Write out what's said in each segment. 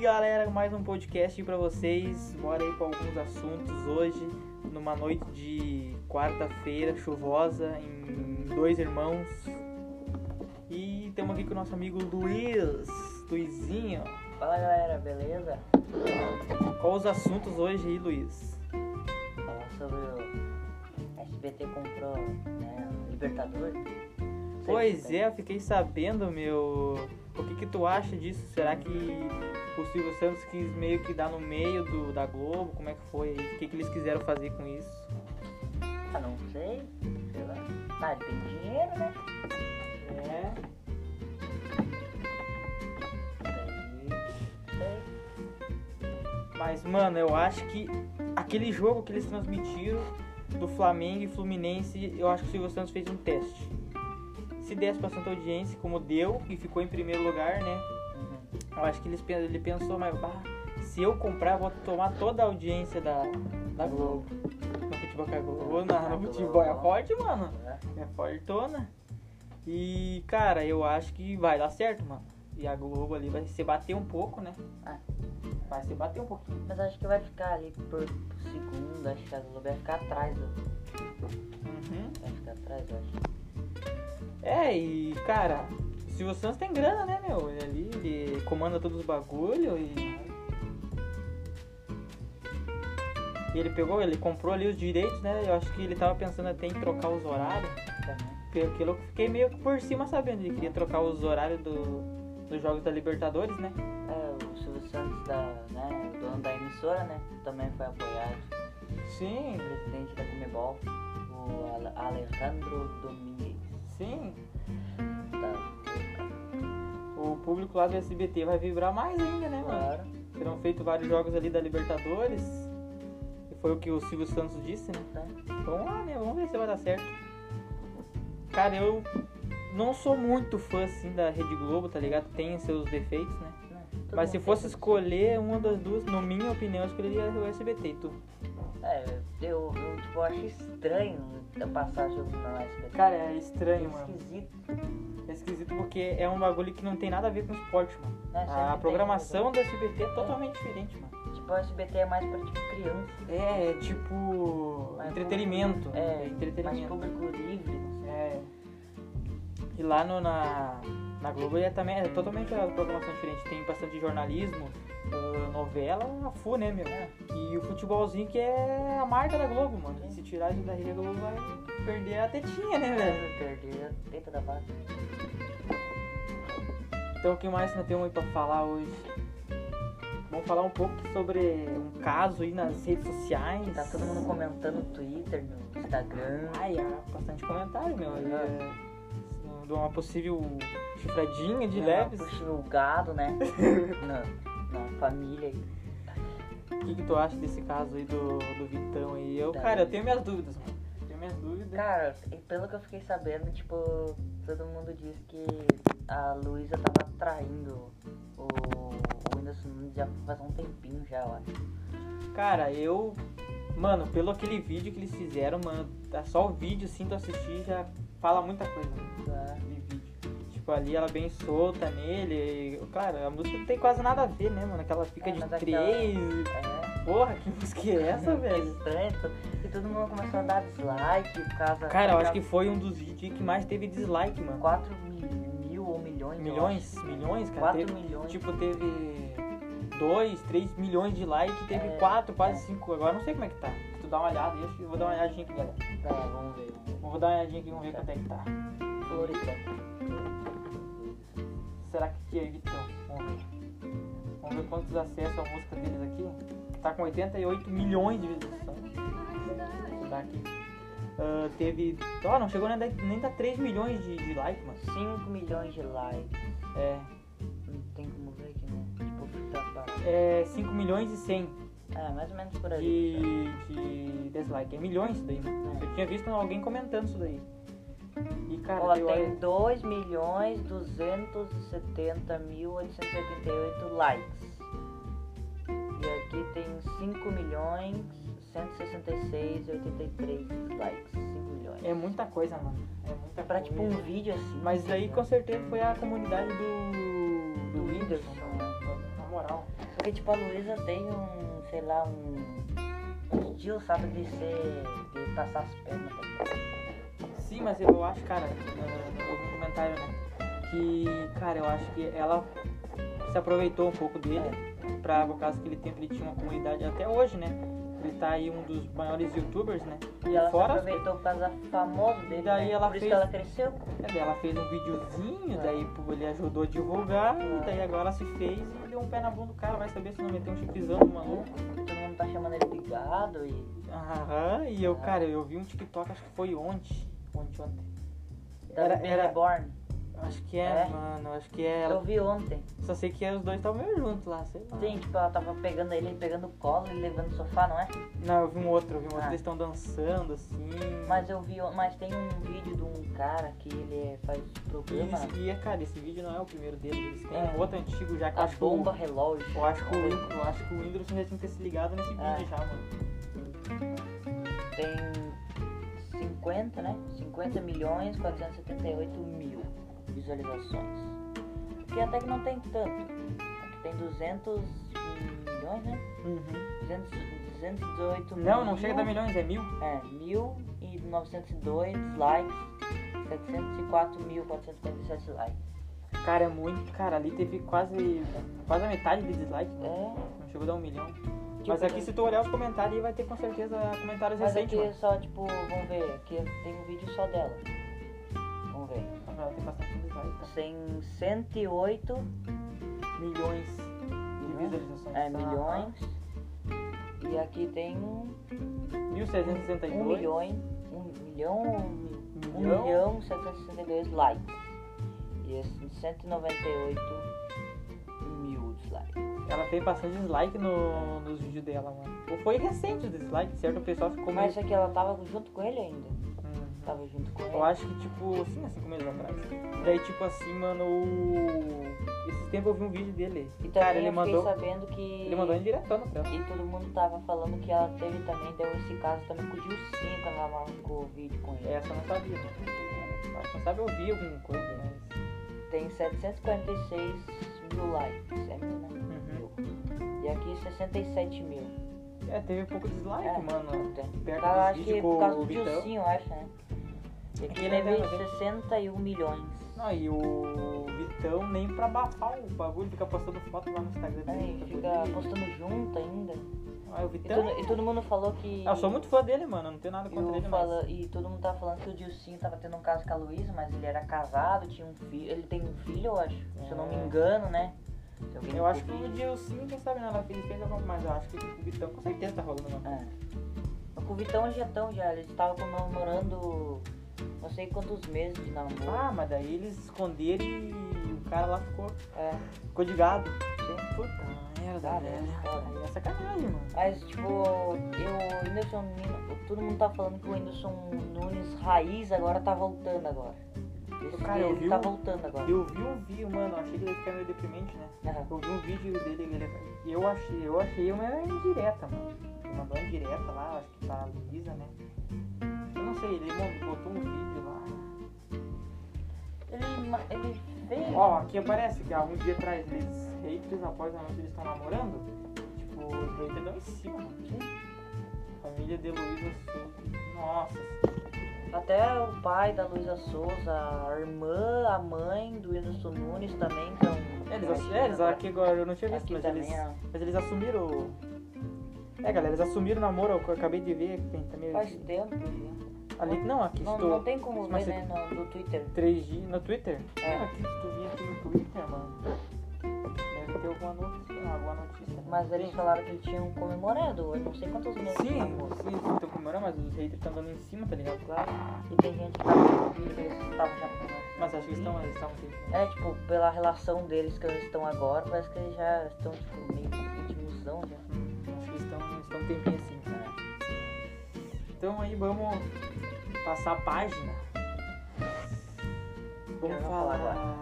galera, mais um podcast para vocês. Bora aí com alguns assuntos hoje, numa noite de quarta-feira chuvosa em Dois Irmãos. E estamos aqui com o nosso amigo Luiz, Luizinho. Fala galera, beleza? Qual os assuntos hoje aí, Luiz? Falar sobre o SBT comprou né, o Libertador. Pois é, fiquei sabendo, meu. O que que tu acha disso? Será que o Silvio Santos quis meio que dar no meio do, da Globo? Como é que foi aí? O que que eles quiseram fazer com isso? Ah, não sei. sei lá. Ah, ele tem dinheiro, né? É, Daí, sei. Mas, mano, eu acho que aquele jogo que eles transmitiram do Flamengo e Fluminense, eu acho que o Silvio Santos fez um teste. Se desse pra Santa Audiência, como deu, e ficou em primeiro lugar, né? Uhum. Eu acho que eles, pen- ele pensou, mas bah, se eu comprar, eu vou tomar toda a audiência da, da Globo. No futebol que é Globo. Ou na- no futebol é forte, mano. Né? É fortona. E, cara, eu acho que vai dar certo, mano. E a Globo ali vai se bater um pouco, né? Ah. Vai se bater um pouquinho. Mas acho que vai ficar ali por segundo, acho que a Globo vai ficar atrás, do- Uhum. vai ficar atrás, eu acho. É, e cara, o Silvio Santos tem grana, né, meu? Ele ali, ele comanda todos os bagulho e. E ele pegou, ele comprou ali os direitos, né? Eu acho que ele tava pensando até em trocar os horários. Também. Pelo que eu fiquei meio que por cima sabendo. Ele queria trocar os horários do, dos jogos da Libertadores, né? É, o Silvio Santos da, né, o dono da emissora, né? Também foi apoiado. Sim, O presidente da Comebol, o Ale- Alejandro Domingues. sim. Tá. O público lá do SBT vai vibrar mais ainda, né, mano? Claro. Serão feitos vários jogos ali da Libertadores. E foi o que o Silvio Santos disse, né? Tá. Vamos lá, né? Vamos ver se vai dar certo. Cara, eu não sou muito fã assim da Rede Globo, tá ligado? Tem seus defeitos, né? Né? Todo Mas se mundo fosse tem- escolher uma das duas, na minha opinião, eu escolheria o SBT. E tu? É, eu, eu, tipo, acho estranho eu passar jogo na SBT. Cara, é estranho, mano. esquisito. É esquisito porque é um bagulho que não tem nada a ver com esporte, mano. Né? Sempre A tem programação do SBT é totalmente diferente, mano. jogo. Tipo, a SBT é mais pra tipo, criança. É, é tipo. Mas entretenimento. né? É, mais entretenimento. público livre. não sei. né? É. E lá no, na, na Globo é, também, é totalmente uma programação diferente. Tem bastante jornalismo, ah, novela, a FU, né, meu? É. E o futebolzinho que é a marca da Globo, mano. E se tirar isso da Rede Globo vai perder a tetinha, né, velho? Eu Perdi a teta da vaca. Então o que mais nós temos aí pra falar hoje? Vamos falar um pouco sobre um caso aí nas redes sociais. Tá todo mundo comentando no Twitter, no Instagram. Ai, há bastante comentário, meu. Aí, é, de uma possível chifradinha de Não, leves. Puxa o gado, né? na, na família. O que, que tu acha desse caso aí do, do Vitão aí? Eu, Tá. cara, eu tenho minhas dúvidas, mano. Tenho minhas dúvidas. Cara, e pelo que eu fiquei sabendo, tipo, todo mundo diz que a Luísa tava traindo o, o Whindersson Nunes já faz um tempinho já, eu acho. Cara, eu. Mano, pelo aquele vídeo que eles fizeram, mano, tá só o vídeo assim tu assistir já fala muita coisa, mano, é, aquele vídeo. Tipo, ali ela bem solta nele. e, cara, a música não tem quase nada a ver, né, mano? Aquela fica É, de mas três. aquela- É. Porra, que música é essa, velho? Estranho. E todo mundo começou a dar dislike por causa. Cara, eu acho que foi um dos vídeos que mais teve dislike, mano. 4 mil, mil ou milhões. eu Milhões? acho. Milhões, cara? 4 Teve- milhões. Tipo, teve 2, 3 milhões de likes, teve É, 4, é. quase 5. Agora não sei como é que tá. Tu dá uma olhada, eu acho que eu vou dar uma olhadinha aqui, galera. É, vamos ver. vamos ver. Vou dar uma olhadinha aqui, vamos ver quanto é que tá. Floresta. Será que que é Vitão? Vamos ver. Vamos ver quantos acessos a música deles aqui. Tá com 88 milhões de visualizações. Vou dar aqui. Ah, teve. Ó, não chegou nem a dar- nem dá 3 milhões de, de likes, mano. 5 milhões de likes. É. Não tem como ver aqui, né? Tipo, fica parado. É 5 milhões e 100 É, mais ou menos por aí. de, de dislike. É milhões isso daí, mano. É. Eu tinha visto alguém comentando isso daí. E cara, Ó, deu tem 2 milhões 270 mil 888 likes. E aqui tem 5 milhões 166 83 likes. 5 milhões. é muita coisa, mano. É muita pra coisa. tipo um vídeo assim. Mas daí né? com certeza foi a comunidade do. tá do Whindersson. né? Na moral. Porque, tipo, a Luísa tem um, sei lá, um um estilo, sabe, de ser, de passar as pernas. tá ligado? Sim, mas eu acho, cara, eh, algum comentário, né? Que, cara, eu acho que ela se aproveitou um pouco dele É. pra, por causa que ele tempo ele tinha uma comunidade até hoje, né? Ele tá aí um dos maiores youtubers, né? E ela Fora- se aproveitou por causa famoso dele, E daí né? ela por fez- isso que ela cresceu. É, daí Ela fez um videozinho, É. daí pô, ele ajudou a divulgar, e É. daí agora ela se fez e deu um pé na bunda do cara, vai saber se não meteu um chipzão no maluco. Todo mundo tá chamando ele de gado e... Aham, e eu, É. cara, eu vi um TikTok, acho que foi ontem. Ontem, ontem. da Era- Bebê era- Reborn. Acho que é, É? mano, acho que é. Eu vi ontem. Só sei que os dois estavam meio juntos lá, sei lá. Sim, tipo, ela tava pegando ele, pegando o colo e levando o sofá, não é? Não, eu vi um outro, eu vi um outro, Ah. eles estão dançando assim. Mas eu vi, on- mas tem um vídeo de um cara que ele é- faz E, programa, eles, e, cara, esse vídeo não é o primeiro deles, eles têm É. um outro antigo já que eu a acho que. bomba o- relógio. Eu acho que o Whindersson- eu acho que o Whindersson já tinha que ter se ligado nesse É. vídeo já, mano. tem 50, né? 50 milhões 478 mil visualizações. Que até que não tem tanto. Aqui tem 200 milhões, né? Uhum. 200, 218 Não, não mil. chega a dar milhões, é mil. É, 1.902 likes, 704.457 likes. Cara, é muito. Cara, ali teve quase. quase a metade de dislike, mano. É, Não chegou a dar um milhão. tipo, Mas aqui se tu olhar os comentários aí vai ter com certeza comentários Mas recentes, aqui mano. só, tipo, vamos ver, aqui tem um vídeo só dela. Vamos ver. Vai ter bastante dislike, tá? Tem 108 Milhões de visualizações. É, milhões. E aqui tem um Ah, 1.662. milhão, um milhão, um Milhão? milhão, 762 likes. E esse 198 mil dislikes. Ela tem bastante dislike no, nos vídeos dela, mano. Ou foi recente o dislike, certo? O pessoal ficou meio. Mas aqui ela tava junto com ele ainda. Uhum. Tava junto com ele. Eu acho que, tipo, assim, há cinco meses atrás. Daí, tipo assim, mano, o... Esse tempo eu vi um vídeo dele. E também cara, ele eu fiquei mandou- sabendo que. Ele mandou ele diretando pra ela. E todo mundo tava falando que ela teve também, deu esse caso também com o Dilcinho quando ela marcou o vídeo com ele. Essa eu não sabia. né? Eu Acho que não sabe ouvir né? alguma coisa, mas... Tem 746 mil likes. É mil, né? Uhum. E aqui 67 mil. É, teve pouco dislike, É. mano. Puta. Perto Cara, dos acho vídeos que com por causa o do Vitão. Dilcinho, eu acho, né? E aqui E ele é assim. ainda teve não vê. 61 milhões. Não, e o Vitão nem pra abafar o bagulho, fica postando foto lá no Instagram Aí dele. fica postando junto ainda. Ah, o E, Vitão... todo, e todo mundo falou que. Ah, eu sou muito fã dele, mano. Eu não tenho nada e contra o ele, fala- e todo mundo tava falando que o Dilcinho tava tendo um caso com a Luísa, mas ele era casado, tinha um filho. Ele tem um filho, eu acho. Se eu não me É. engano, né? Se alguém mas... me Eu acho que corrige. o Dilcinho, quem sabe, não, ela fez, fez alguma mas eu acho que tipo, o Vitão com certeza tá rolando, mano. É. Mas com o Vitão e o Getão já, eles estavam comemorando não sei quantos meses de namoro. Ah, mas daí eles esconderam e o cara lá ficou, É, ficou de gado. sim. Puta merda, Tá, velho. né? Aí é sacanagem, mano. Mas, tipo, eu, o Whindersson Nunes, todo mundo tá falando que o Whindersson Nunes raiz agora tá voltando agora. Esse, Cara, eu ele vi tá um- voltando agora. Eu vi um vídeo, mano, achei que ele ia ficar meio deprimente, né? Aham. Eu vi um vídeo dele, ele, eu achei, eu achei uma indireta, mano. Ele mandou uma indireta lá, acho que pra Luísa, né? Eu não sei, ele mandou- botou um vídeo lá. Ele, ma- ele veio. Ó, aqui aparece que há um dia atrás eles haters após a noite eles estão namorando. Tipo, os haters dão em cima, mano. Família de Luísa Souza. Nossa, Até o pai da Luísa Souza, a irmã, a mãe do Whindersson Nunes também estão. Eles, ass- é, eles aqui agora eu não tinha visto, né? Aqui mas também, eles, ó. mas eles assumiram. o- É, galera, eles assumiram o namoro, eu acabei de ver. Tem também. Faz tempo, viu? Ali, não, aqui Não, estou. não tem como mas ver, né, no, do Twitter. 3G no Twitter? É. Não, aqui se tu vir aqui no Twitter, mano. Deve ter alguma notícia, alguma notícia. Mas eles Tem. falaram que tinham comemorado, eu não sei quantos meses. de Sim, namoro. sim, eles estão comemorando, mas os haters estão dando em cima, tá ligado? Claro. E tem gente que tá falando que eles estavam já conversando. Mas acho que eles estão. Eles estão assim, É, tipo, pela relação deles que eles estão agora, parece que eles já estão, tipo, meio intimosão já. hum, acho que eles estão estão um tempinho assim. Então aí vamos passar a página. Vamos Eu não vou falar. falar agora.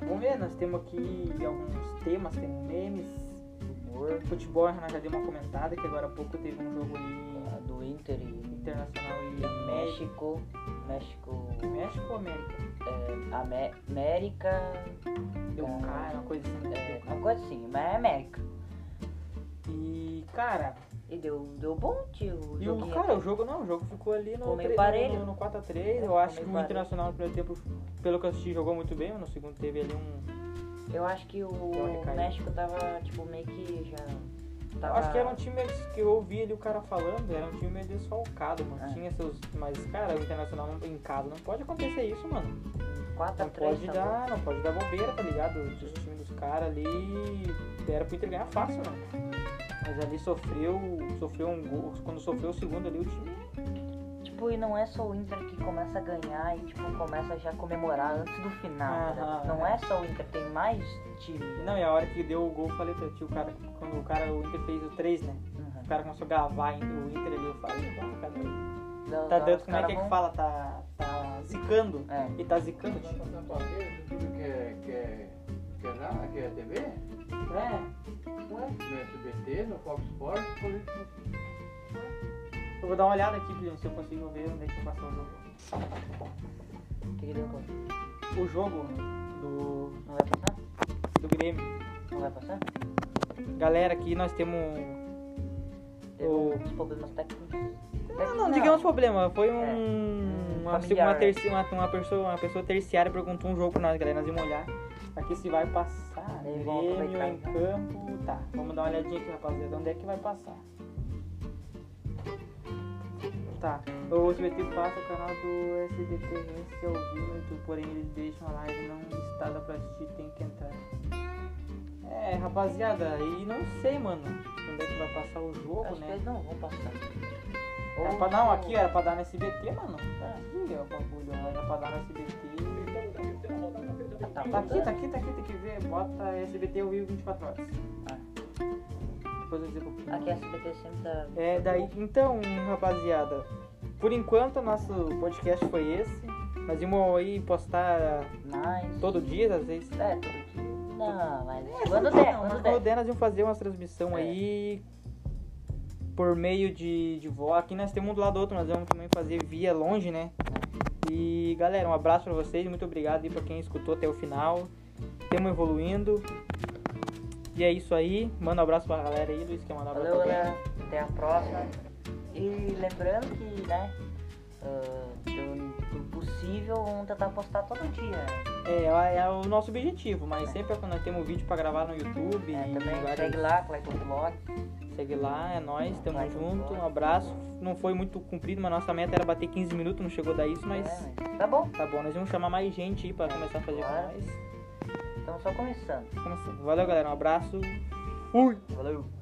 Vamos ver, nós temos aqui alguns temas, temos memes. Humor Futebol, nós já demos uma comentada, que agora há pouco teve um jogo aí é, do Inter e internacional e México. México. México ou América? é, Amé- América. Deu Ah. cara, uma coisa assim. É, deu cara. uma coisa assim, mas é América. E, cara, E deu, deu bom tio. e o, cara, o jogo não, o jogo ficou ali no, é Ficou meio tre- parelho. no, no 4x3. Eu acho Ficou meio que o parelho. Internacional no primeiro tempo, pelo que eu assisti, jogou muito bem, mas no segundo teve ali um. Eu acho que o Deu uma recaída. México tava, tipo, meio que já. Eu Tava... acho que era um time meio- que eu ouvi ali o cara falando, era um time meio desfalcado, mano. É. Tinha seus. Mas, cara, o Internacional não em casa, não pode acontecer isso, mano. 4 a Não 3 pode tá dar, não pode dar bobeira, tá ligado? Os os times dos caras ali era pro Inter ganhar fácil, mano. Mas ali sofreu, sofreu um gol, quando sofreu o segundo ali, o time bom. Tipo, e não é só o Inter que começa a ganhar e, tipo, começa já a comemorar antes do final. Aham, né? Não é. é só o Inter, tem mais time. Não, e a hora que deu o gol, eu falei pra ti, o cara, quando o cara, o Inter fez o 3, né? Uhum. O cara começou a gravar ainda, o Inter ali, eu falei, ah, cara, Da- tá da- dando, os como é que caras é que vão- fala? Tá, tá zicando. É. E tá zicando, Tá tio. passando tua vez, tudo que é, que é, que é nada, que é TV, É, no SBT, no Fox Sports, por isso eu vou dar uma olhada aqui, Guilherme, se eu consigo ver onde é que passou o jogo. O que que deu conta? O jogo do, Não vai passar? do Grêmio. Não vai passar? Galera, aqui nós temos Teve O- uns problemas técnicos. Não, não, digamos problema. Foi um. É. Uma, Familiar, uma, terci- uma, uma pessoa, uma pessoa terciária perguntou um jogo pra nós, galera. Nós vamos olhar. Aqui se vai passar. Daí vamos Grêmio aproveitar, em então. campo. Tá, vamos dar uma olhadinha aqui, rapaziada. Onde é que vai passar? Tá. O SBT passa o canal do SBT Rense ao vivo, no YouTube, é porém eles deixam a live não listada pra assistir, tem que entrar. É, rapaziada, e não sei, mano, onde é que vai passar o jogo, Acho que é né? eles não vão passar. Era É pra, não, aqui era pra dar no SBT, mano. Tá aqui, ó, o bagulho. ó, Era pra dar no SBT. Ah, tá, Tá aqui, tá aqui, tá aqui, tem que ver. Bota SBT ao vivo 24 horas. Ah. Depois eu digo. Aqui a SBT sempre tá. É, daí. Então, rapaziada. Por enquanto, nosso podcast foi esse. Nós íamos aí postar Mas. todo dia, às vezes. É, todo dia. Não, mas. É, Quando todo dia der, não, quando mas quando der. der, nós íamos fazer umas transmissão É. aí. Por meio de, de vó. Aqui nós temos um do lado do outro, nós vamos também fazer via longe, né? E galera, um abraço pra vocês, muito obrigado aí pra quem escutou até o final. Tamo evoluindo. E é isso aí. Manda um abraço pra galera aí, Luiz, quer mandar um abraço Valeu, pra galera. Até a próxima. E lembrando que, né? ah, do, do possível, vamos tentar postar todo dia. É, é o nosso objetivo, mas sempre é quando nós temos vídeo pra gravar no YouTube. É, em também lugares- segue lá, Clayton Vlog. Segue lá, é nóis, tamo Vai, junto. vambora. Um abraço. Não foi muito cumprido, mas nossa meta era bater 15 minutos, não chegou daí isso, mas É, mas tá bom, tá bom. Nós vamos chamar mais gente aí pra começar a fazer com Claro. nós. estamos só começando. Começando. Valeu, galera, um abraço. Fui! Valeu.